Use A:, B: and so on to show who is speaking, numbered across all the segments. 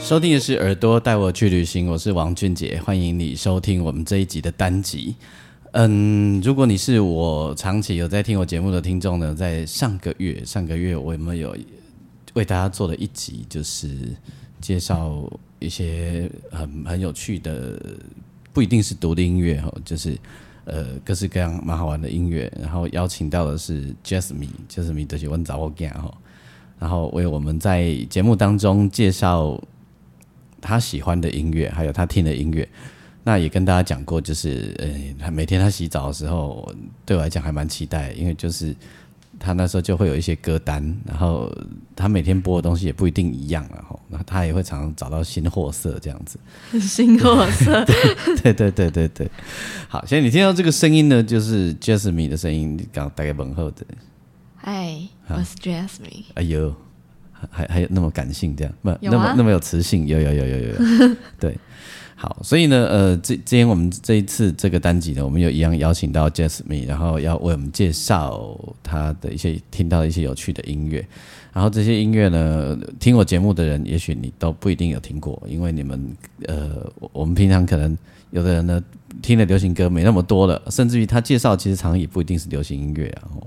A: 收听的是《耳朵带我去旅行》，我是王俊杰，欢迎你收听我们这一集的单集。嗯，如果你是我长期有在听我节目的听众呢，在上个月，上个月我们有为大家做了一集，就是介绍一些很很有趣的，不一定是独立音乐哈，就是呃各式各样蛮好玩的音乐，然后邀请到的是 Jasmine，Jasmine 就是温早我干哈，然后为我们在节目当中介绍他喜欢的音乐，还有他听的音乐。那也跟大家讲过，就是呃，他每天他洗澡的时候，对我来讲还蛮期待，因为就是他那时候就会有一些歌单，然后他每天播的东西也不一定一样然后那他也会常常找到新货色这样子。
B: 新货色，
A: 对对对对对，好，现在你听到这个声音呢，就是 Jasmine 的声音，刚大概问候的，
B: 嗨，我是 Jasmine。
A: 哎呦，还还有那么感性这样，不、
B: 有
A: 那么
B: 啊
A: 那么有磁性，有有有有有有， 对。好，所以呢，呃，这今天我们这一次这个单集呢，我们又一样邀请到 Jasmine，然后要为我们介绍她的一些听到的一些有趣的音乐，然后这些音乐呢，听我节目的人，也许你都不一定有听过，因为你们呃，我我们平常可能有的人呢听的流行歌没那么多了，甚至于他介绍其实常常也不一定是流行音乐、啊，然后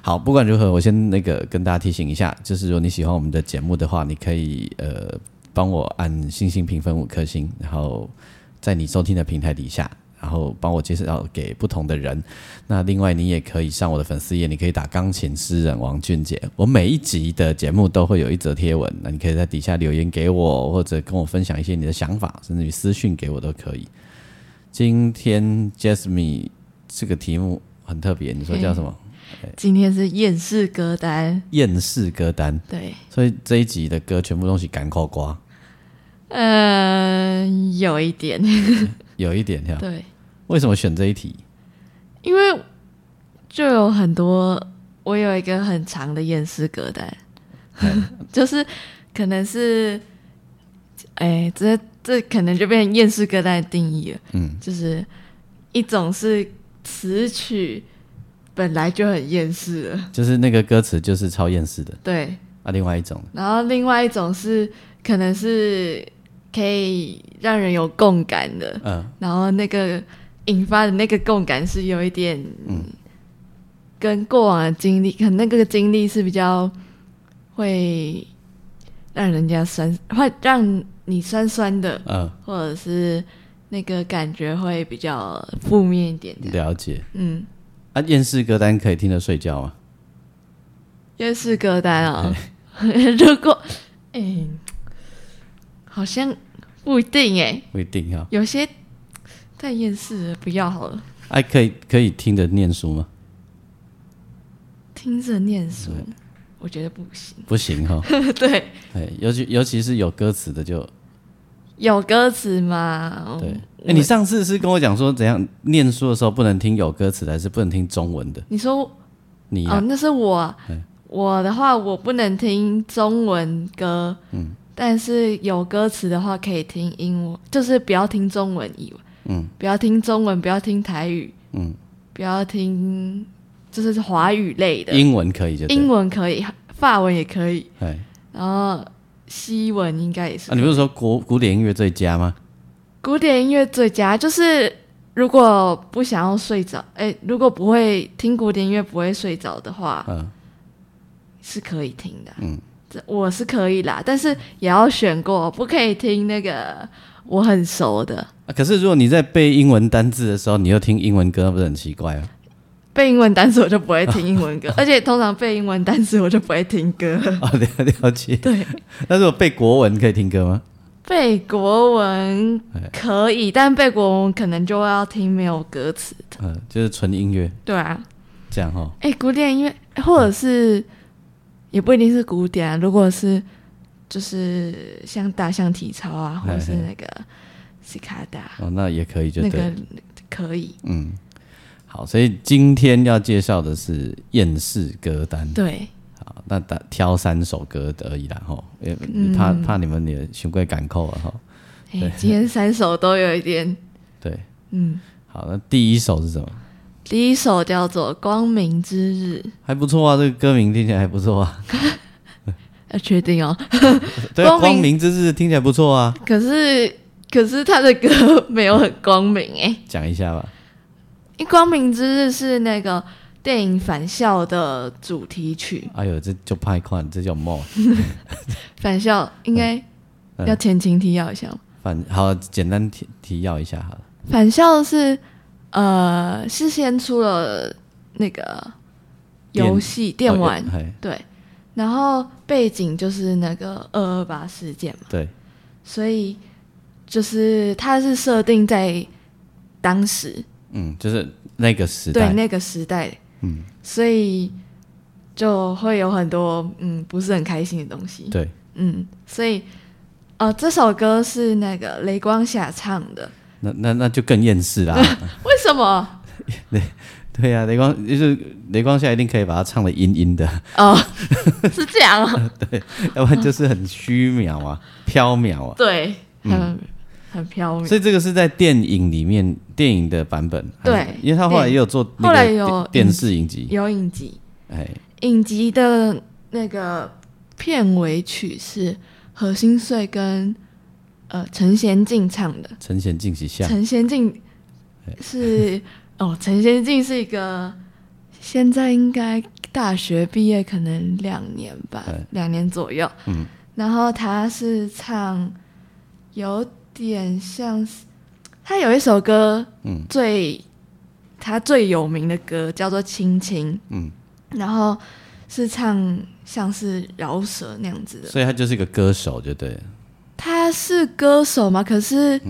A: 好，不管如何，我先那个跟大家提醒一下，就是如果你喜欢我们的节目的话，你可以呃帮我按星星评分五颗星，然后在你收听的平台底下，然后帮我介绍给不同的人。那另外，你也可以上我的粉丝页，你可以打钢琴诗人王俊杰。我每一集的节目都会有一则贴文，那你可以在底下留言给我，或者跟我分享一些你的想法，甚至于私讯给我都可以。今天 Jasmine 这个题目很特别，你说叫什么？
B: 今天是厌世歌单，
A: 厌世歌单，
B: 对，
A: 所以这一集的歌全部都是赶口瓜，
B: 呃，有一点，
A: 有一点像。
B: 对，
A: 为什么选这一题？
B: 因为就有很多，我有一个很长的厌世歌单， 就是可能是，哎、这这可能就变成厌世歌单的定义了，
A: 嗯，
B: 就是一种是词曲本来就很厌世了，
A: 就是那个歌词就是超厌世的
B: 对，
A: 啊。另外一种，
B: 然后另外一种是可能是可以让人有共感的，
A: 嗯、
B: 然后那个引发的那个共感是有一点，嗯，跟过往的经历，可能那个经历是比较会让人家酸，会让你酸酸的，
A: 嗯、
B: 或者是那个感觉会比较负面一点的，
A: 了解。
B: 嗯。
A: 啊，厌世歌单可以听着睡觉吗？
B: 夜市歌单啊、如果，哎、好像不一定哎、
A: 不一定哈。
B: 有些太厌世了，不要好了，
A: 哎、啊，可以可以听着念书吗？
B: 听着念书，我觉得不行。
A: 不行哈。
B: 对，
A: 哎，尤其尤其是有歌词的就
B: 有歌词吗？
A: 对。哎、
B: 我
A: 你上次是跟我讲说怎样念书的时候不能听有歌词的，还是不能听中文的？
B: 你说
A: 你呀、
B: 哦，那是我，我的话我不能听中文歌，嗯，但是有歌词的话可以听英文，就是不要听中文以外，
A: 嗯，
B: 不要听中文，不要听台语，
A: 嗯，
B: 不要听就是华语类的，
A: 英文可以就对。
B: 英文可以，法文也可以，
A: 哎，
B: 然后西文应该也是
A: 啊，你不是说古古典音乐最佳吗？
B: 古典音乐最佳就是。如果不想要睡着，哎、如果不会听古典音乐不会睡着的话，
A: 嗯、
B: 是可以听的，嗯，这我是可以啦，但是也要选过，不可以听那个我很熟的。
A: 啊可是如果你在背英文单字的时候，你又听英文歌，不是很奇怪 啊？
B: 背英文单词我就不会听英文歌，而且通常背英文单词我就不会听歌。
A: 哦，了了解。
B: 对，
A: 但是我背国文可以听歌吗？
B: 背国文可以，但背国文可能就要听没有歌词的。
A: 嗯、就是纯音乐
B: 对啊，
A: 这样哈。
B: 哎，古典音乐或者是也不一定是古典、啊，如果是就是像大象体操啊，或者是
A: 嘿嘿
B: 那个斯卡达，
A: 哦，那也可以就
B: 那
A: 对
B: 个可以。
A: 嗯，好，所以今天要介绍的是厌世歌单。
B: 对，
A: 好，那打挑三首歌而已啦，吼，也
B: 嗯
A: 怕怕你们也循规赶扣啊，吼，
B: 哎、今天三首都有一点，
A: 对，
B: 嗯，
A: 好，那第一首是什么？
B: 第一首叫做《光明之日
A: 还不错啊，这个歌名听起来还不错 啊，》，
B: 呃，确定哦。
A: 对啊，
B: 光明
A: 光明之日听起来不错啊，
B: 可是可是他的歌 没有很光明哎、
A: 讲一下吧。
B: 因为《光明之日》是那个电影《返校》的主题曲，
A: 哎呦，这就派款，这叫梦
B: 《返校》应该
A: 嗯
B: 要前情提要一下吗。
A: 反好，简单提提要一下好了。
B: 返校是呃是先出了那个
A: 电
B: 游戏电
A: 哦
B: 玩、
A: 嘿，
B: 对，然后背景就是那个二二八事件嘛，
A: 对，
B: 所以就是它是设定在当时
A: 嗯，就是那个时
B: 对
A: 代，
B: 那个时代，
A: 嗯，
B: 所以就会有很多嗯不是很开心的东西，
A: 对，
B: 嗯，所以呃这首歌是那个雷光霞唱的，
A: 那那那就更厌世啦。
B: 为什么？
A: 对啊呀、雷光就是雷光下一定可以把它唱的阴阴的，
B: 哦，是这样哦。
A: 要不然就是很虚渺啊、飘渺啊。
B: 对，很、很飘渺。
A: 所以这个是在电影里面电影的版本，
B: 对
A: 还是因为他后来也有做那
B: 后来
A: 个
B: 有
A: 电电视影集，
B: 有影集，
A: 哎，
B: 影集的那个片尾曲是何心碎跟呃陈贤进唱的。
A: 陈贤进旗下，哎
B: 陈贤进是哦，陈贤进是一个现在应该大学毕业可能两年吧
A: 对，
B: 两年左右。
A: 哎嗯，
B: 然后他是唱有点像是，他有一首歌，
A: 嗯
B: 最他最有名的歌叫做《亲亲》，
A: 嗯，
B: 然后是唱像是饶舌那样子的。
A: 所以他就是一个歌手，就对了，
B: 他是歌手嘛，可是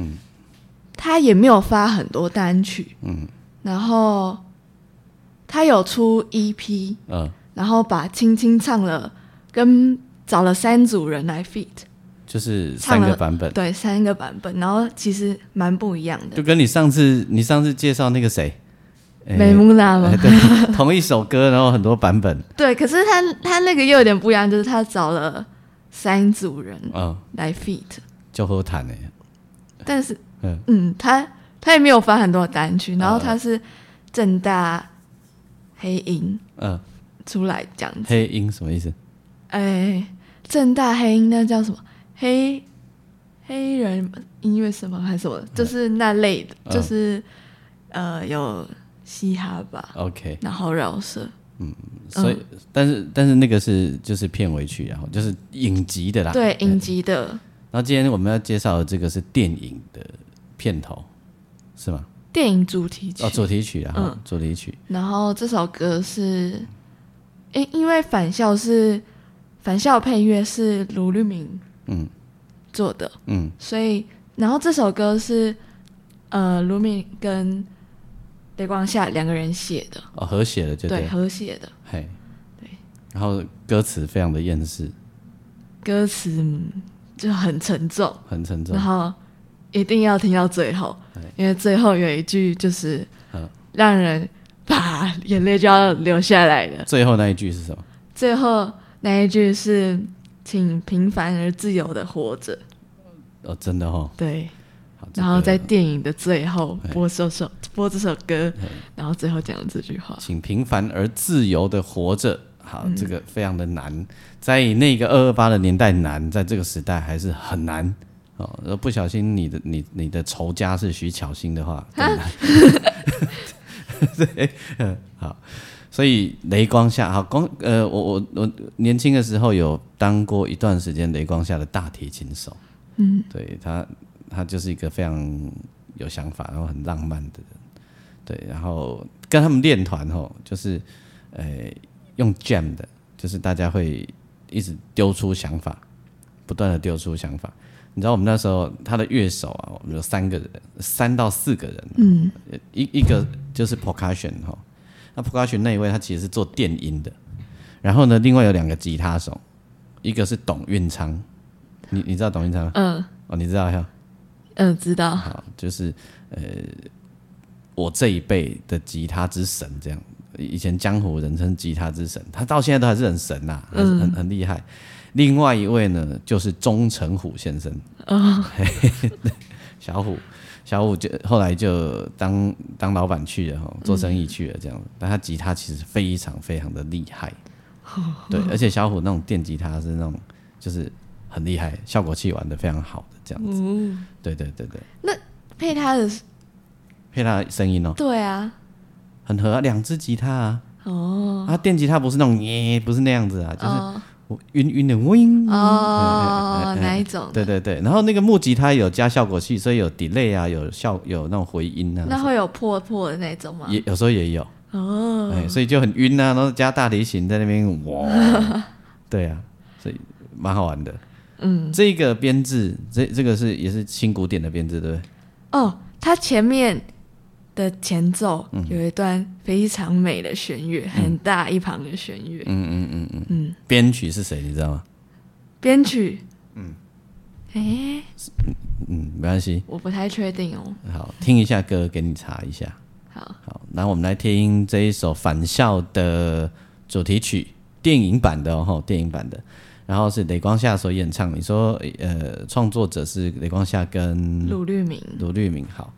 B: 他也没有发很多单曲，
A: 嗯
B: 然后他有出 EP，
A: 嗯，
B: 然后把《青青》唱了，跟找了三组人来 feat，
A: 就是
B: 唱
A: 三
B: 了
A: 个版本，
B: 对，三个版本，然后其实蛮不一样的
A: 就。跟你上次你上次介绍那个谁，哎
B: 美木娜嘛
A: 哎， 对，同一首歌，然后很多版本，
B: 对，可是他他那个又有点不一样，就是他找了三组人
A: 嗯，
B: 来 feat，
A: 就好谈哎，
B: 但是
A: 嗯
B: 嗯，他他也没有发很多单曲，然后
A: 呃
B: 他是正大黑鹰。
A: 嗯，
B: 出来这样子。
A: 黑鹰什么意思？
B: 哎、正大黑鹰那叫什么黑黑人音乐什么还是什么，就是那类的，
A: 嗯
B: 就是呃有嘻哈吧，
A: OK，
B: 然后饶舌，嗯
A: 所以，但是但是那个是就是片尾曲啊，然后就是影集的啦。
B: 对影集的
A: 然后今天我们要介绍的这个是电影的片头，是吗？
B: 电影主题曲。嗯
A: 哦，主题曲啊，哈主题曲。
B: 然后这首歌是，因因为返校是返校配乐是卢律明
A: 嗯
B: 做的，
A: 嗯
B: 所以，然后这首歌是呃，卢敏跟雷光夏两个人写的，
A: 哦，和谐的就
B: 对，
A: 对，
B: 合写的
A: 嘿，
B: 对。
A: 然后歌词非常的厌世，
B: 歌词嗯就很沉重，
A: 很沉重
B: 然。后一定要听到最后
A: 对，
B: 因为最后有一句就是
A: 嗯
B: 让人把眼泪就要流下来了。
A: 最后那一句是什么？
B: 最后那一句是“请平凡而自由的活着
A: 哦，真的哦”，。
B: 对，
A: 好这
B: 然后
A: 个
B: 在电影的最后
A: 对
B: 播这首播这首歌，然后最后讲这句话。
A: 请平凡而自由的活着。好，
B: 嗯
A: 这个非常的难，在那个二二八的年代难，在这个时代还是很难。哦，呃不小心你的你你的仇家是徐巧芯的 话，更难。对，嗯好，所以雷光下，好光呃，我我我年轻的时候有当过一段时间雷光下的大提琴手，嗯，对他他就是一个非常有想法，然后很浪漫的人，对，然后跟他们练团吼，就是呃用 jam 的，就是大家会一直丢出想法，不断的丢出想法。你知道我们那时候他的乐手啊，我们有三个人，三到四个人，嗯，一一个就是 percussion 哈，那 percussion 那一位他其实是做电音的，然后呢，另外有两个吉他手，一个是董运昌，你你知道董运昌吗？
B: 嗯
A: 哦，你知道哈？
B: 嗯，知道，
A: 好，啊就是呃，我这一辈的吉他之神，这样以前江湖人称吉他之神，他到现在都还是很神呐、还是很很厉害。另外一位呢，就是钟成虎先生，小虎，小虎就后来就当当老板去了哈，做生意去了这样子。但他吉他其实非常非常的厉害，对，而且小虎那种电吉他是那种就是很厉害，效果器玩的非常好的这样子。对对对对，
B: 配他的，
A: 配他的声音哦，
B: 对啊，
A: 很合啊，两只吉他啊。
B: 哦
A: 啊，电吉他不是那种耶，不是那样子啊，就是
B: 哦
A: 我晕晕的 wing
B: 哦，哪一种？
A: 哎对对对，然后那个木吉他有加效果器，所以有 delay 啊，有效有那种回音啊，
B: 那会有破破的那种吗？
A: 也有时候也有哦、哎所以就很晕啊，然后加大提琴在那边哇，对啊，所以蛮好玩的。嗯，这个编制，这这个是也是新古典的编制，对不对？
B: 哦，它前面的前奏
A: 嗯
B: 有一段非常美的弦乐，很大一旁的弦乐，
A: 嗯编曲是谁，你知道吗？
B: 编曲，嗯，诶，
A: 嗯，没关系，
B: 我不太确定哦。
A: 好，听一下歌，给你查一下。
B: 好，
A: 好，那我们来听这一首《返校》的主题曲，电影版的哦，吼电影版的。然后是雷光夏所演唱。你说，呃，创作者是雷光夏跟
B: 鲁律明，
A: 卢律明。好，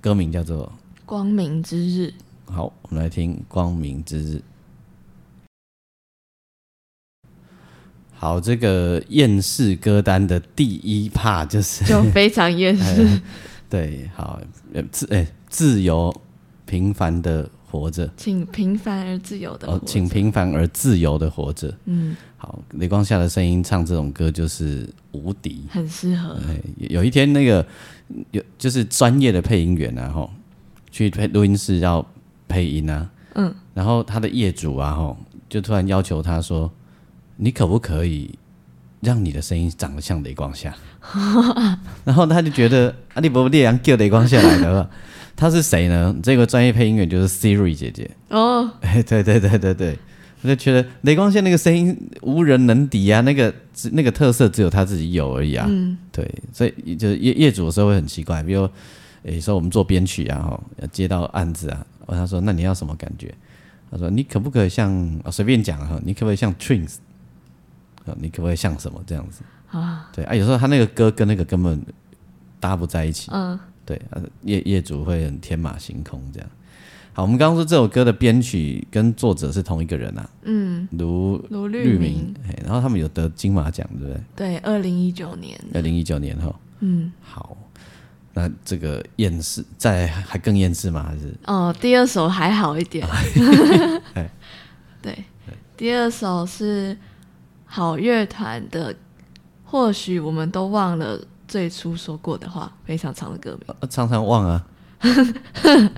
A: 歌名叫做
B: 光明之 日。
A: 《好》，我们来听《光明之日》。好，这个厌世歌单的第一 part 就是
B: 就非常厌
A: 哎
B: 世。
A: 对，好，呃，自哎、自由平凡的活着。
B: 请平凡而自由的活
A: 哦
B: 着，，
A: 请平凡而自由的活着。
B: 嗯，
A: 好，雷光夏的声音唱这种歌就是无敌。
B: 很适合。
A: 哎，有一天那个有就是专业的配音员啊，吼，去配录音室要配音啊，嗯，然后他的业主啊，吼，就突然要求他说，你可不可以让你的声音长得像雷光夏？ 然后他就觉得啊，你不烈阳叫雷光夏来的吧？他是谁呢？这个专业配音员就是 Siri 姐姐。
B: 哦，
A: 哎， 对对对对对，我就觉得雷光线那个声音无人能敌啊，那个只那个特色只有他自己有而已啊。嗯，对，所以就是业业主有时候会很奇怪，比如有时候我们做编曲啊，哈，要接到案子啊，问他说那你要什么感觉？他说你可不可以像啊随便讲哈，你可不可以像 Twins？啊，你可不可以像什么这样子啊？对啊，有时候他那个歌跟那个根本搭不在一起。
B: 嗯，
A: 对，呃业业主会很天马行空这样。好，我们刚刚说这首歌的编曲跟作者是同一个人啊，嗯，卢
B: 卢
A: 律
B: 律
A: 明嗯
B: 明，，
A: 嘿然后他们有得金马奖，对不对？
B: 对，二零一九年，
A: 二零一九年哈，
B: 嗯，
A: 好，那这个厌世，再还更厌世吗？还是
B: 哦，第二首还好一点， 对，第二首是好乐团的，或许我们都忘了最初说过的话，非常长的歌名，
A: 呃常常忘啊？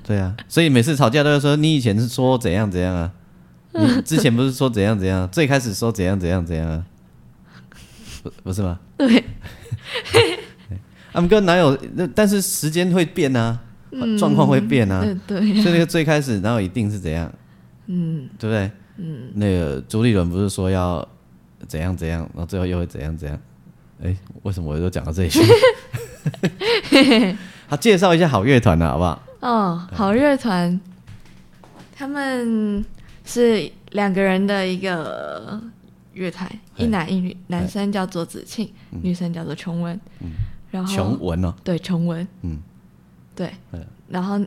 A: 对啊，所以每次吵架都会说你以前是说怎样怎样啊，你之前不是说怎样怎样啊，最开始说怎样怎样怎样啊，不不是吗？
B: 对，
A: 阿姆哥哪有？那但是时间会变啊，状况会变啊。
B: 嗯，对，
A: 所以那个最开始，然后一定是怎样？嗯，对不对？嗯，那个朱立伦不是说要怎样怎样，然后最后又会怎样怎样？哎，为什么我都讲到这里去？ 好，介绍一下好乐团啊，好不好？
B: 哦，好乐团，他们是两个人的一个乐团，
A: 嘿
B: 一男一女，男生叫做子庆，女生叫做琼文，然后
A: 琼文哦，
B: 对琼文，
A: 嗯，
B: 对
A: 嗯，
B: 然后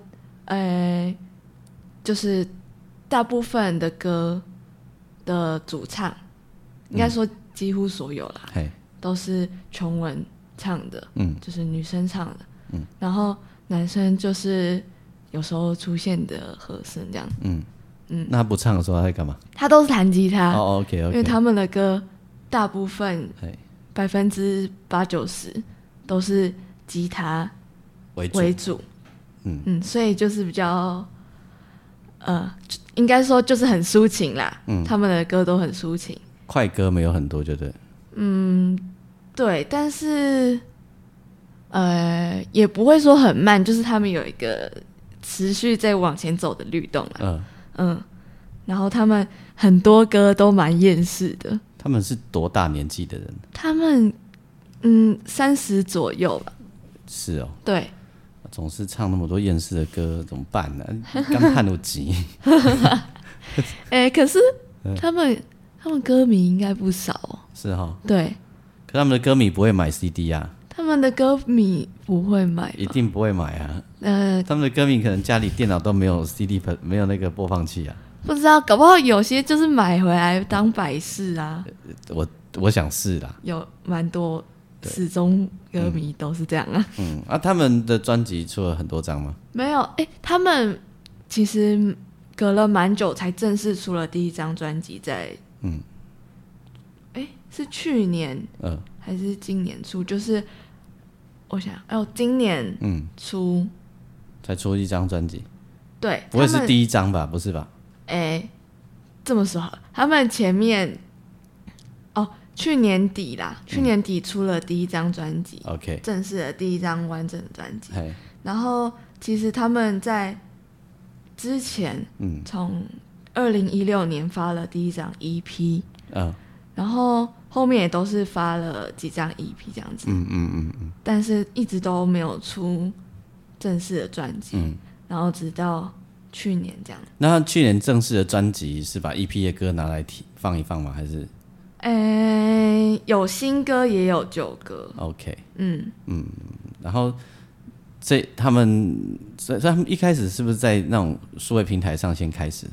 B: 呃，就是大部分的歌的主唱，应该说几乎所有啦，
A: 嘿，
B: 都是琼文唱的，
A: 嗯，
B: 就是女生唱的，
A: 嗯，
B: 然后男生就是有时候出现的和声这样，
A: 嗯那他不唱的时候他在干嘛？
B: 他都是弹吉他，
A: 哦，OK
B: 嗯啊因为
A: OK，
B: 他们的歌大部分
A: 嘿
B: 百分之八九十都是吉他
A: 为主
B: 为主，
A: 嗯
B: 所以就是比较，呃，就应该说就是很抒情啦，
A: 嗯
B: 他们的歌都很抒情，
A: 快歌没有很多，就
B: 啊
A: 对。
B: 对，但是呃，也不会说很慢，就是他们有一个持续在往前走的律动啦。
A: 嗯，
B: 嗯，然后他们很多歌都蛮厌世的。
A: 他们是多大年纪的人？
B: 他们嗯三十左右吧，
A: 是哦，
B: 对，
A: 总是唱那么多厌世的歌，怎么办 呢、刚叛入急，
B: 哎、可是
A: 嗯
B: 他们他们歌迷应该不少哦，
A: 是哈、哦。
B: 对，
A: 可他们的歌迷不会买 CD 啊，
B: 他们的歌迷不会买
A: 一
B: 吧？
A: 定不会买啊。
B: 呃，
A: 他们的歌迷可能家里电脑都没有 CD 本，没有那个播放器啊。
B: 不知道，搞不好有些就是买回来当摆饰啊，
A: 我我想是啦，
B: 有蛮多始终歌迷都是这样啊。
A: 嗯啊，他们的专辑出了很多张吗？
B: 没有，哎、他们其实隔了蛮久才正式出了第一张专辑，在
A: 嗯
B: 哎、是去年
A: 嗯、
B: 还是今年出？就是我想，哎、呦，今年
A: 嗯，
B: 出，
A: 才出一张专辑，
B: 对，
A: 不会
B: 他
A: 是
B: 们
A: 第一张吧？不是吧？
B: 哎、这么说好了，他们前面哦，去年底啦，
A: 嗯
B: 去年底出了第一张专辑，
A: OK，
B: 正式的第一张完整的专辑。
A: 嘿，
B: 然后其实他们在之前
A: 嗯
B: 从二零一六年发了第一张 EP，
A: 嗯
B: 然后后面也都是发了几张 EP 这样子，
A: 嗯嗯嗯嗯
B: 但是一直都没有出正式的专辑，
A: 嗯。
B: 然后直到去年这样。
A: 那他去年正式的专辑是把 EP 的歌拿来听放一放吗？还是
B: 诶，有新歌也有旧歌，
A: OK？
B: 嗯，
A: 然后这他们，所以所以他们一开始是不是在那种数位平台上先开始？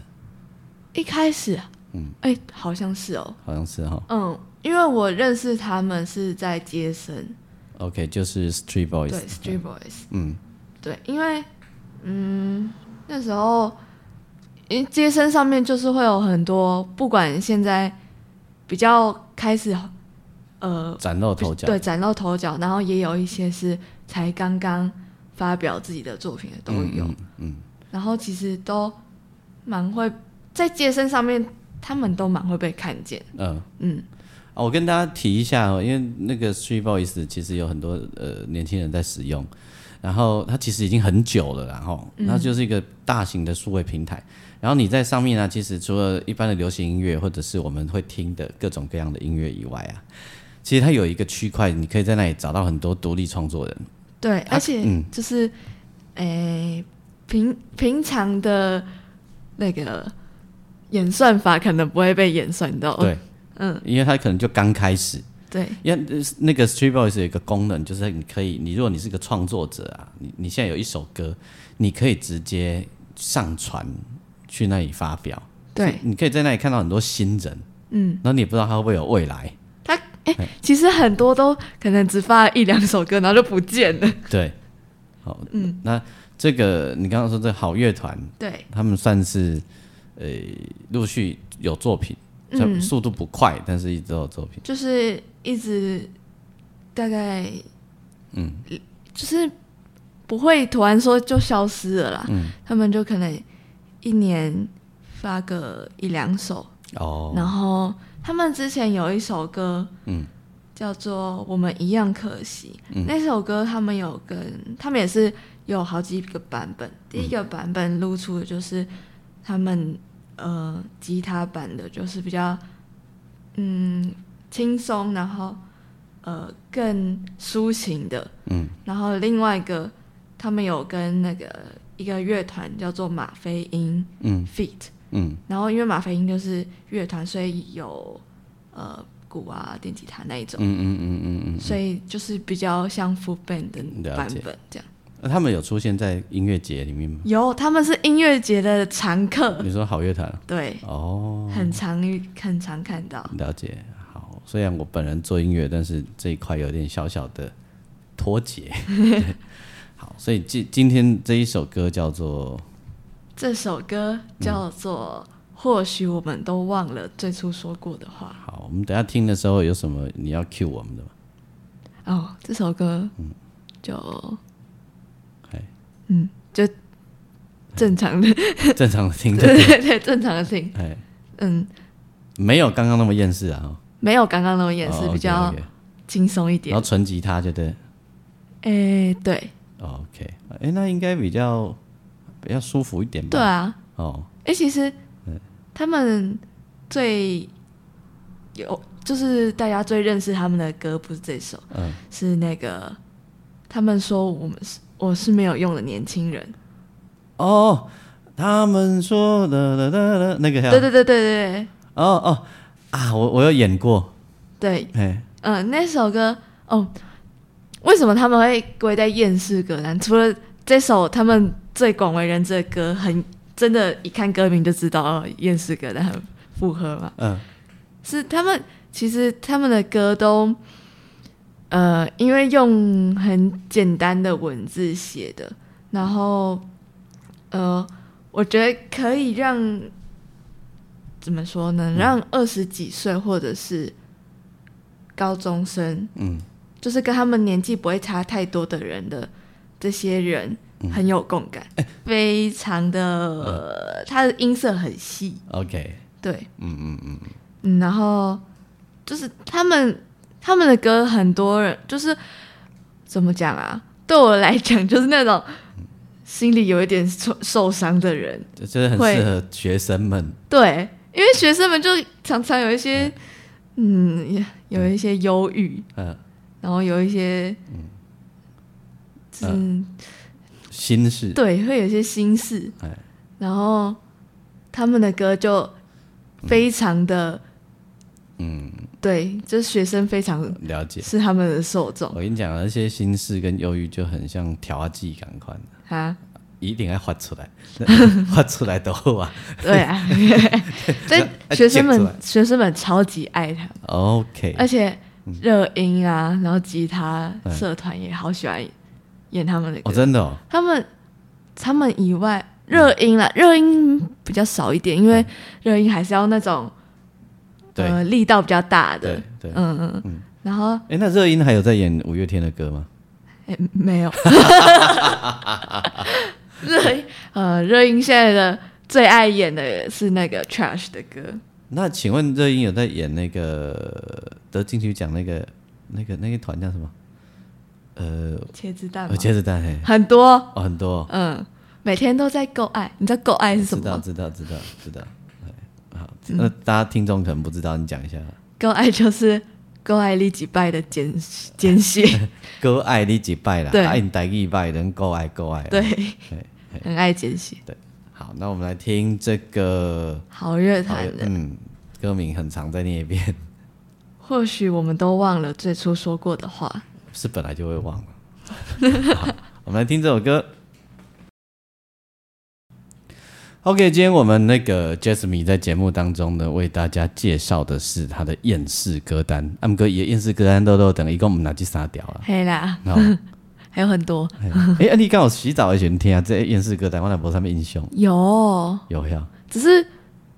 B: 一开始啊，嗯，哎、好像是哦，
A: 好像是哈、
B: 嗯，因为我认识他们是在街声，
A: OK，就是 Street
B: 对
A: Boys。
B: ，Street Boys，
A: 嗯
B: 对，因为嗯那时候，因为街声上面就是会有很多，不管现在比较开始呃
A: 崭露头角。
B: 对崭露头角，然后也有一些是才刚刚发表自己的作品的都
A: 嗯，
B: 有，
A: 嗯嗯
B: 然后其实都蛮会在街声上面，他们都蛮会被看见，
A: 嗯
B: 嗯，
A: 啊，我跟大家提一下哦，因为那个 Street Voice 其实有很多呃年轻人在使用，然后它其实已经很久了啦，然后它
B: 嗯
A: 就是一个大型的数位平台。然后你在上面呢、其实除了一般的流行音乐或者是我们会听的各种各样的音乐以外啊，其实它有一个区块，你可以在那里找到很多独立创作人。
B: 对，
A: 啊
B: 而且
A: 嗯
B: 就是诶、平平常的那个演算法可能不会被演算到，
A: 对，
B: 嗯，
A: 因为它可能就刚开始，
B: 对，
A: 因为呃那个 Street Voice 有一个功能，就是你可以，你如果你是个创作者啊，你你现在有一首歌，你可以直接上传去那里发表，
B: 对，
A: 你可以在那里看到很多新人，
B: 嗯，
A: 然后你也不知道他会不会有未来，
B: 他诶、其实很多都可能只发了一两首歌，然后就不见了，
A: 对，好，嗯，那这个你刚刚说这好乐团，
B: 对，
A: 他们算是呃陆续有作品，
B: 嗯
A: 速度不快，但是一直都有作品，
B: 就是一直大概
A: 嗯，
B: 就是不会突然说就消失了啦，他们就可能一年发个一两首，
A: 哦，
B: 然后他们之前有一首歌，
A: 嗯，
B: 叫做《我们一样可惜》，那首歌他们有跟他们也是有好几个版本，第一个版本露出的就是他们呃吉他版的，就是比较嗯轻松，然后呃更抒情的，
A: 嗯，
B: 然后另外一个他们有跟那个一个乐团叫做马飞鹰
A: 嗯
B: Feet。
A: 嗯
B: 然后因为马飞鹰就是乐团，所以有呃鼓啊、电吉他那一种，
A: 嗯嗯嗯嗯嗯
B: 所以就是比较像 full band 的版
A: 了
B: 本这样。
A: 那他们有出现在音乐节里面吗？
B: 有，他们是音乐节的常客，
A: 你说好乐团啊
B: 对，
A: 哦，
B: 很常很常看到。
A: 了解。好，虽然我本人做音乐，但是这一块有点小小的脱节。 对好，所以今今天这一首歌叫做
B: 这首歌叫做《或许我们都忘了最初说过的话
A: 好，我们等一下听的时候有什么你要 cue 我们的吗？》。
B: 哦，这首歌
A: 嗯
B: 就
A: 哎，
B: 嗯，就正常 的，
A: 正常的听
B: 对
A: 着，
B: 对对，正常的听，
A: 哎，
B: 嗯，
A: 没有刚刚那么厌世啊，哦
B: 没有刚刚那种演
A: 哦
B: 示，
A: ，OK，
B: 比较
A: OK
B: 轻松一点
A: 然后。纯吉他就对
B: 诶，对，
A: 哦，OK，哎，那应该比较比较舒服一点吧？
B: 对啊，
A: 哦，
B: 诶，其实他们最有就是大家最认识他们的歌不是这首，
A: 嗯，
B: 是那个他们说我们是我是没有用的年轻人，
A: 哦，他们说的的的的那个呀，
B: 对对对对
A: 哦哦啊，我我有演过，
B: 对对，
A: 哎，
B: 嗯、那首歌哦，为什么他们会归在厌世歌单？除了这首他们最广为人知的歌，很真的，一看歌名就知道哦厌世歌单很符合嘛。
A: 嗯
B: 是他们其实他们的歌都，呃，因为用很简单的文字写的，然后，呃，我觉得可以让怎么说呢？让二十几岁或者是高中生，
A: 嗯，
B: 就是跟他们年纪不会差太多的人的这些人。很有共感，非常的，它的音色很细，
A: ，OK，
B: 对，
A: 嗯嗯嗯，
B: 嗯，然后就是他们他们的歌，很多人就是怎么讲啊？对我来讲，就是那种心里有一点受受伤的人，
A: 这真的很
B: 会
A: 适合学生们，
B: 对，因为学生们就常常有一些嗯，有一些忧郁，
A: 嗯，
B: 然后有一些嗯，
A: 心事，
B: 对，会有一些心事
A: 哎，
B: 然后他们的歌就非常的
A: 嗯，
B: 对，就是学生非常
A: 了解。
B: 是他们的受众
A: 我跟你讲，啊那些心事跟忧郁就很像调剂，赶快
B: 啊。
A: 一定要发出来，发出来都好啊。
B: 对 啊，
A: 哎
B: 但学
A: 讲
B: 生
A: 出来
B: 们学生们超级爱他，
A: OK，
B: 而且
A: 嗯
B: 热音啊，然后吉他社团也好喜欢演他们的
A: 哦，
B: 歌。
A: 真的哦，
B: 他们他们以外，热音啦，热音比较少一点，因为热音还是要那种
A: 嗯对
B: 呃力道比较大的
A: 对，对。
B: 嗯嗯嗯。然后
A: 哎，那热音还有在演五月天的歌吗？
B: 哎 没有，热音呃热音现在的最爱演的是那个 Trash 的歌。
A: 那请问热音有在演那个得金曲奖那个那个那个团叫什么？呃，
B: 茄子蛋吗
A: 呃，茄子蛋嘿，
B: 很多，
A: 哦，很多哦，
B: 嗯，每天都在够爱。你知道够爱是什
A: 知
B: 么
A: 道
B: 吗？
A: 知道知道知道，哎好，那大家听众可能不知道，你讲一下。
B: 够爱就是够爱立几拜的简简写，
A: 够爱你几拜啦，啊
B: 对
A: 爱你带一拜，人够爱够爱。
B: 对，
A: 对
B: 很爱简写。
A: 对，好，那我们来听这个，
B: 好乐
A: 好
B: 坛的，
A: 嗯，歌名很长，再念一遍，
B: 或许我们都忘了最初说过的话。
A: 是本来就会 忘了。好，我们来听这首歌。OK，今天我们那个 Jasmine 在节目当中呢，为大家介绍的是她的厌世歌单。阿姆哥也厌世歌单都都等，一共我们拿去杀掉了。
B: 嘿啦，
A: 好，哎、
B: 还有很多，
A: 啊你刚好洗澡的时候听啊，这厌世歌单我那无啥物印象，
B: 有，
A: 有呀，
B: 只是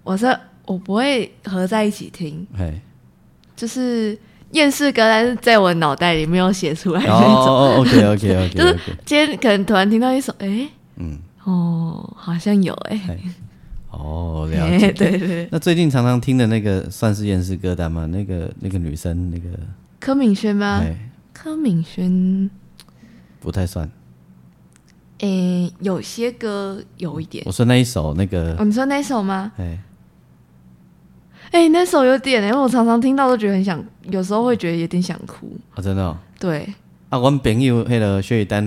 B: 我是我不会合在一起听，
A: 嘿。
B: 就是厌世歌单是在我脑袋里没有写出来的那种。
A: 哦，OK OK OK，
B: 就是今天可能突然听到一首，哎、
A: 嗯，
B: 哦，好像有哎、
A: 哎 哦，了
B: 哎、
A: 解。
B: 对对对，
A: 那最近常常听的那个算是厌世歌单吗？那个那个女生那个，
B: 柯敏轩吗？
A: 哎，
B: 柯敏轩，
A: 不太算。
B: 诶、有些歌有一点
A: 我。说那一首那个，
B: 哦，你说那首吗？
A: 哎，
B: 哎、那首有点、欸，因为我常常听到都觉得很想，有时候会觉得有点想哭。
A: 哦，真的哦。
B: 对，
A: 啊，我们朋友那个薛雨丹，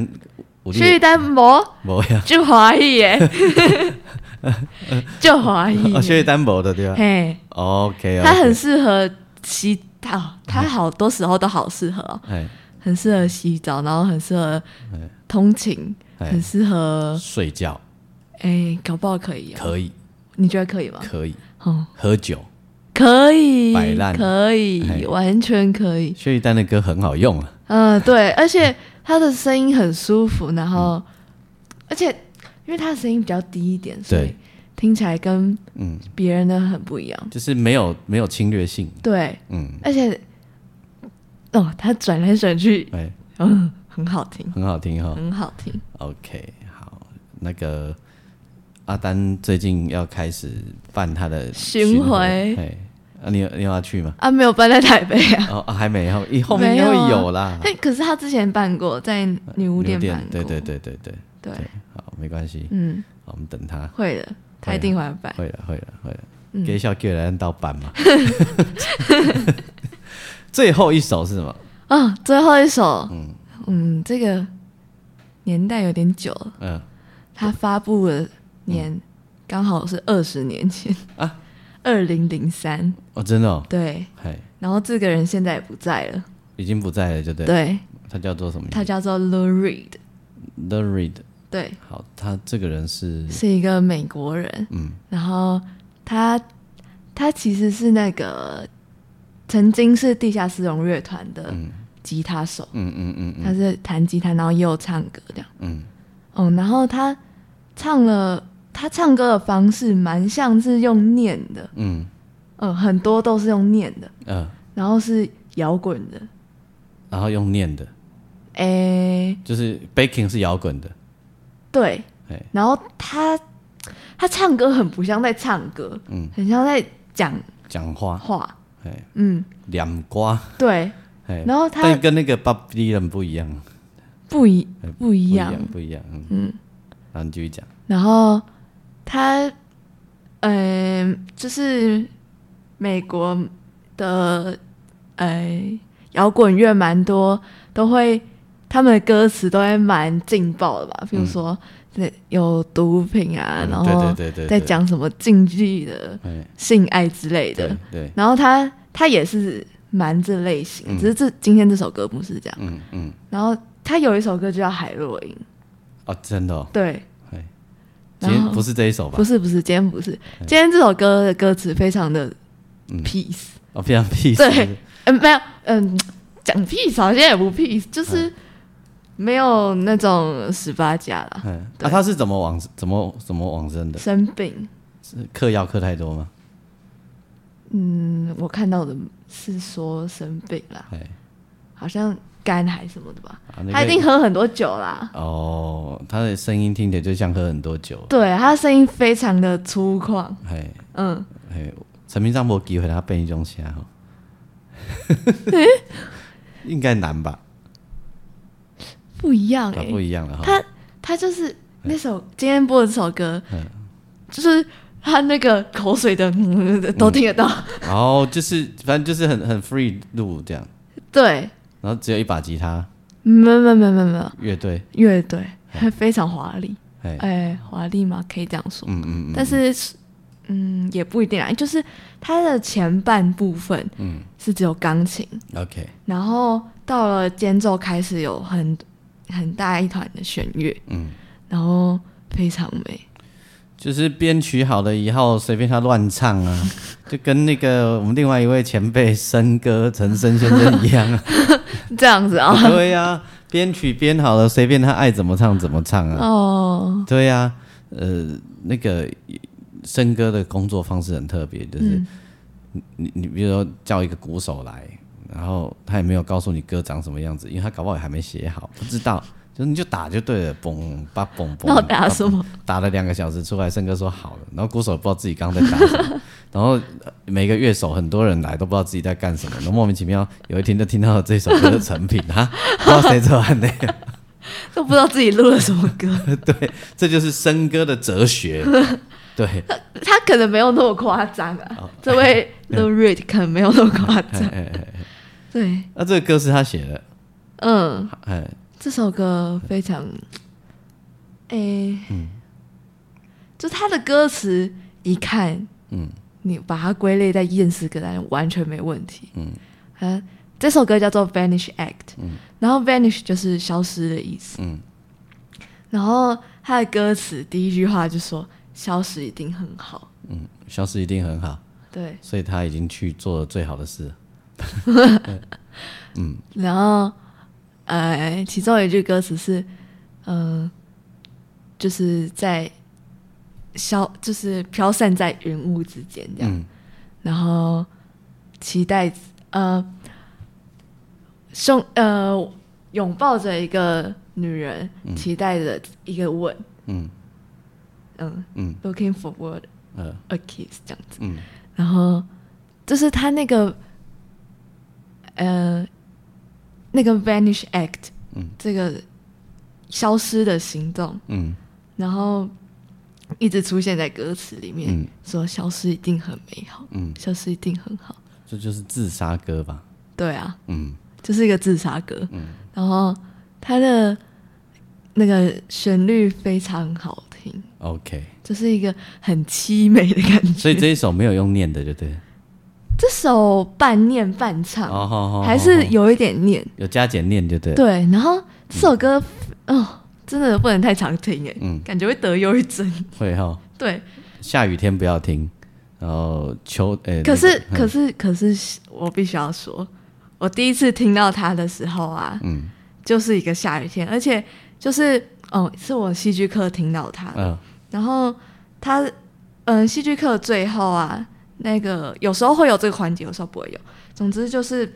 A: 有你
B: 薛玉丹无
A: 没 呀，
B: 就华裔 耶，就华裔
A: 哦，。薛雨丹没的对吧
B: 嘿，
A: ？OK，
B: 他很适合洗澡，他好多时候都好适合哦，
A: 哎
B: 很适合洗澡，然后很适合通勤，很
A: 哎，
B: 适合
A: 睡觉
B: 哎、搞不好可以、哦。
A: 可以
B: 你觉得可以吗？
A: 可以，
B: 哦，
A: 喝酒。
B: 可以
A: 摆烂，
B: 可
A: 嘿
B: 以，完全可以。
A: 薛雨丹的歌很好用啊，
B: 嗯，对，而且他的声音很舒服，然后，
A: 嗯
B: 而且因为他的声音比较低一点，所以
A: 对
B: 听起来跟
A: 嗯，
B: 别人的很不一样。
A: 就是没有没有侵略性，
B: 对，
A: 嗯，
B: 而且，哦，他转来转去，
A: 哎，
B: 嗯，很好听，
A: 很好听哈、
B: 很好听。
A: OK，好，那个阿丹最近要开始办他的
B: 巡回
A: 哎，啊，你有你有要去 吗？
B: 啊，没有搬在台北啊，
A: 哦，啊还没有，以后面应该
B: 没有
A: 会
B: 啊
A: 有啦。
B: 但可是他之前办过，在女巫店办过，
A: 对对对对对
B: 对
A: 对，好，没关系，
B: 嗯，
A: 好我们等他，
B: 会的，他
A: 会
B: 一
A: 啊
B: 定会办。
A: 会了会了会了。
B: 嗯
A: 给小 Q 来到班 嘛。最后一首是什么？
B: 啊，最后一首，嗯这个年代有点久了，
A: 嗯，
B: 它发布的年刚好是二十年前
A: 啊，
B: 二零零三，
A: 哦，真的哦，
B: 对。
A: 嘿，
B: 然后这个人现在也不在了，
A: 已经不在了，就对嗯
B: 对，
A: 了。他叫做什么名字？
B: 他叫做 Lou Reed，
A: The Reed。
B: 对，
A: 好，他这个人是，
B: 是一个美国人，
A: 嗯，
B: 然后他他其实是那个曾经是地下丝绒乐团的吉他手，
A: 嗯嗯嗯嗯
B: 他是弹吉他，然后也有唱歌这样。
A: 嗯，
B: 哦，然后他唱了，他唱歌的方式蛮像是用念的，
A: 嗯
B: 嗯，很多都是用念的，
A: 呃，
B: 然后是摇滚的，
A: 然后用念的，
B: 诶，
A: 就是 Baking 是摇滚的，
B: 对
A: 哎，
B: 然后他他唱歌很不像在唱歌，
A: 嗯，
B: 很像在讲
A: 讲话，
B: 话，
A: 哎，
B: 嗯，
A: 两瓜，
B: 对，
A: 哎，
B: 然后他
A: 但跟那个 Bob Dylan 不一样，
B: 不一
A: 哎
B: 不一
A: 不一
B: 样，
A: 样，不一样，嗯，
B: 嗯，
A: 然后你继续讲，
B: 然后他，嗯、就是美国的，呃，摇滚乐蛮多都会，他们的歌词都会蛮劲爆的吧？比如说，那有毒品啊，
A: 嗯
B: 然后
A: 对对对对，
B: 在
A: 对，
B: 讲什么禁忌的
A: 哎，
B: 性爱之类的
A: 对。对，
B: 然后他他也是蛮这类型的，
A: 嗯
B: 只是这今天这首歌不是这样。
A: 嗯嗯，
B: 然后他有一首歌就叫《海洛因》，
A: 哦，真的，哦，
B: 对，
A: 哎，今
B: 然
A: 天
B: 后
A: 不是这一首吧
B: 不？是不是，今天不是，
A: 嗯
B: 今天这首歌的歌词非常的 peace，
A: 哦，非常 peace，
B: 对嗯、没有，嗯，讲 peace 好像也不 peace，就是
A: 嗯
B: 没有那种十八加啦，
A: 嗯，啊，
B: 对
A: 他是怎么往怎么怎么往生的？
B: 生病，
A: 是嗑药嗑太多吗？
B: 嗯，我看到的是说生病啦，
A: 哎，
B: 好像肝还什么的吧，
A: 啊那
B: 他一
A: 个
B: 定喝很多酒啦，
A: 哦，他的声音听起来就像喝很多酒。
B: 对，他的声音非常的粗犷，
A: 嘿，
B: 嗯，
A: 嘿，陈明章没机会，他变一种虾 哈，应该难吧？
B: 不一样
A: 啊
B: 哎、
A: 不一样了哈。
B: 他他就是那首今天播的这首歌
A: 嗯，
B: 就是他那个口水的嗯都
A: 嗯
B: 听得到，
A: 然后就是，反正就是很很 free 录这样，
B: 对，
A: 然后只有一把吉他，
B: 没有没有没有没有没有
A: 乐队，
B: 乐队
A: 嗯
B: 非常华丽，
A: 哎，
B: 哎，华丽吗？可以这样说，
A: 嗯嗯嗯，
B: 但是嗯也不一定啊，就是它的前半部分
A: 嗯
B: 是只有钢琴，
A: ，OK，
B: 然后到了间奏开始有很很大一团的弦乐，
A: 嗯，
B: 然后非常美。
A: 就是编曲好了以后，随便他乱唱啊，就跟那个我们另外一位前辈森哥陈森先生一样啊，
B: 这样子啊，
A: 对呀、啊，编曲编好了，随便他爱怎么唱怎么唱啊，
B: 哦，
A: 对呀、呃，那个森哥的工作方式很特别，就是
B: 嗯
A: 你、你你比如说叫一个鼓手来，然后他也没有告诉你歌长什么样子，因为他搞不好也还没写好，不知道，就是你就打就对了，嘣吧嘣嘣，
B: 那我打什么？
A: 打了两个小时出来，森哥说好了，然后鼓手不知道自己刚刚在打什么，然后呃每个乐手很多人来都不知道自己在干什么，然后莫名其妙有一天就听到了这首歌的成品哈，不知道谁做完的，
B: 都不知道自己录了什么歌，
A: 对，这就是森哥的哲学，对，
B: 他可能没有那么夸张啊。
A: 哦
B: 这位 Lou Reed 可能没有那么夸张，对，
A: 那、这个歌是他写的，
B: 嗯，
A: 哎，
B: 这首歌非常，诶、
A: 嗯
B: 就他的歌词一看，
A: 嗯
B: 你把它归类在厌世歌单完全没问题，嗯，啊，这首歌叫做 Vanish Act，、然后 Vanish 就是消失的意思，
A: 嗯
B: 然后他的歌词第一句话就说消失一定很好，
A: 嗯，消失一定很好，
B: 对。
A: 所以他已经去做了最好的事，
B: 然后，呃，其中有一句歌词是，嗯、就是在消，就是飘散在云雾之间这样。
A: 嗯
B: 然后，期待，呃，胸，呃，拥抱着一个女人，期待着一个吻，
A: 嗯
B: 嗯
A: 嗯
B: ，looking forward
A: 呃
B: a kiss 这样子。
A: 嗯
B: 然后就是他那个，呃，那个 vanish act，
A: 嗯
B: 这个消失的行动，
A: 嗯
B: 然后一直出现在歌词里面，
A: 嗯
B: 说消失一定很美好，
A: 嗯，
B: 消失一定很好。
A: 这就是自杀歌吧？
B: 对啊，
A: 嗯
B: 就是一个自杀歌。然后它的那个旋律非常好听，
A: ，OK。
B: 就是一个很凄美的感觉。
A: 所以这一首没有用念的，就对了。
B: 这首半念半唱，
A: 哦好好
B: 还
A: 好
B: 是
A: 好
B: 有一点念。
A: 有加减念，就对了。
B: 对，然后这首歌，哦，真的不能太常听哎，
A: 嗯
B: 感觉会得忧郁症。
A: 会哈，
B: 对，
A: 下雨天不要听，然后秋诶。
B: 可是
A: 那个
B: 可是可是，我必须要说，我第一次听到它的时候啊，
A: 嗯
B: 就是一个下雨天，而且就是哦，是我戏剧课听到它的，
A: 嗯
B: 然后他，嗯，戏剧课最后啊，那个有时候会有这个环节，有时候不会有。总之就是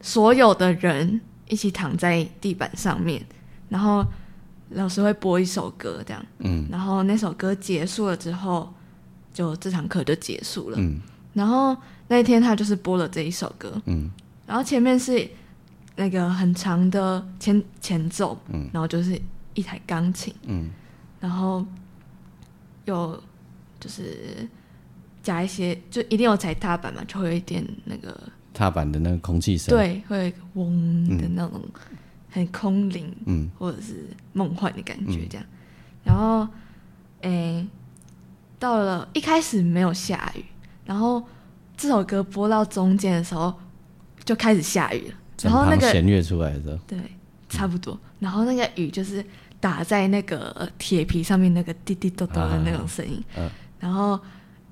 B: 所有的人一起躺在地板上面，然后老师会播一首歌，这样，
A: 嗯
B: 然后那首歌结束了之后，就这堂课就结束了。
A: 嗯
B: 然后那一天他就是播了这一首歌，
A: 嗯
B: 然后前面是那个很长的前前奏，
A: 嗯
B: 然后就是一台钢琴。
A: 嗯
B: 然后有就是加一些，就一定有踩踏板嘛，就会有一点那个，
A: 踏板的那个空气声。，
B: 对，会有一个嗡的那种很空灵
A: 嗯
B: 或者是梦幻的感觉这样。然后，诶，到了一开始没有下雨，然后这首歌播到中间的时候就开始下雨了，
A: 整
B: 然后那
A: 行
B: 个
A: 弦乐出来的时候，
B: 对，差不多。然后那个雨就是打在那个铁皮上面那个滴滴咚咚的那种声音。
A: 嗯
B: 然后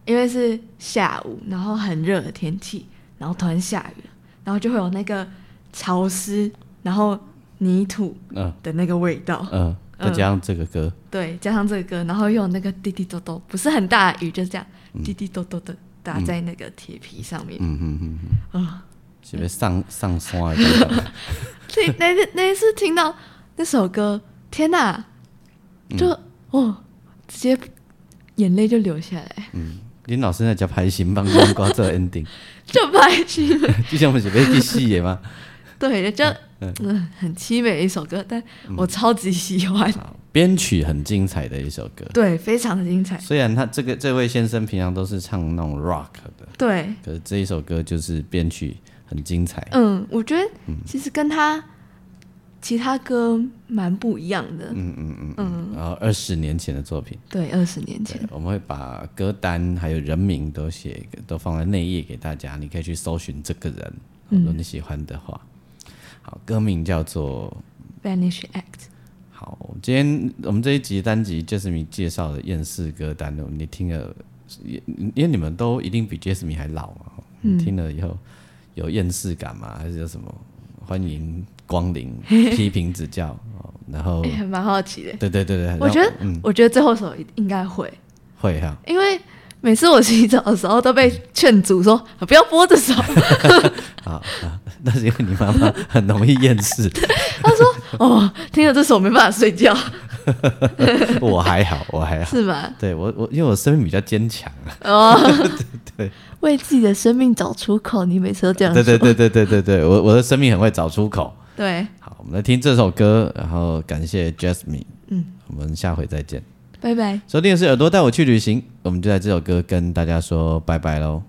B: 因为是下午，然后很热的天气，然后突然下雨了，然后就会有那个潮湿，然后泥土
A: 嗯
B: 的那个味道。
A: 嗯，再加上这个歌，
B: 对，加上这个歌，然后又有那个滴滴咚咚，不是很大的雨，就是这样滴滴咚咚的打在那个铁皮上面。
A: 嗯嗯嗯嗯，
B: 啊。
A: 是不是上上山的感 觉？
B: 听那那那一次听到那首歌，天哪，就、哦，直接眼泪就流下来，
A: 林老师在家拍新帮光光做 ending，
B: 就拍心了。
A: 就像我们准备去戏的吗？
B: 对，就嗯，很凄美的一首歌，但我超级喜欢。
A: 好，编曲很精彩的一首歌。
B: 对，非常精彩。
A: 虽然他这个这位先生平常都是唱那种 rock 的，
B: 对，
A: 可是这一首歌就是编曲很精彩。
B: 嗯，我觉得其实跟他其他歌蛮不一样的。
A: 嗯嗯嗯嗯。然后二十年前的作品，
B: 对，二十年
A: 对
B: 前，，
A: 我们会把歌单还有人名都写都放在内页给大家，你可以去搜寻这个人，嗯如果你喜欢的话。好，歌名叫做
B: 《Vanish Act》
A: 好，今天我们这一集单集 Jasmine 介绍的厌世歌单，你听了，也因为你们都一定比 Jasmine 还老嘛，你听了以后有厌世感吗？还是有什么？欢迎光 临，批评指教。哦、然后，
B: 哎，还蛮好奇的。
A: 对对对对，然后
B: 我觉得，
A: 嗯
B: 我觉得最后一首应该会。
A: 会哈，
B: 因为每次我洗澡的时候都被劝阻说啊不要播 这首，
A: 好，好那是因为你妈妈很容易厌世，
B: 哦，听了这首没办法 睡觉，
A: 我还好，我还好。
B: 是吧？
A: 对我我因为我生命比较坚强啊，
B: 哦，为自己的生命找出口，你每次都这样
A: 对
B: 说，
A: 对对对对对对，我我的生命很会找出口。
B: 对，
A: 好，我们来听这首歌，然后感谢 Jasmine，
B: 嗯，
A: 我们下回再见。
B: 拜拜。
A: 收听的是耳朵带我去旅行，我们就在这首歌跟大家说拜拜喽，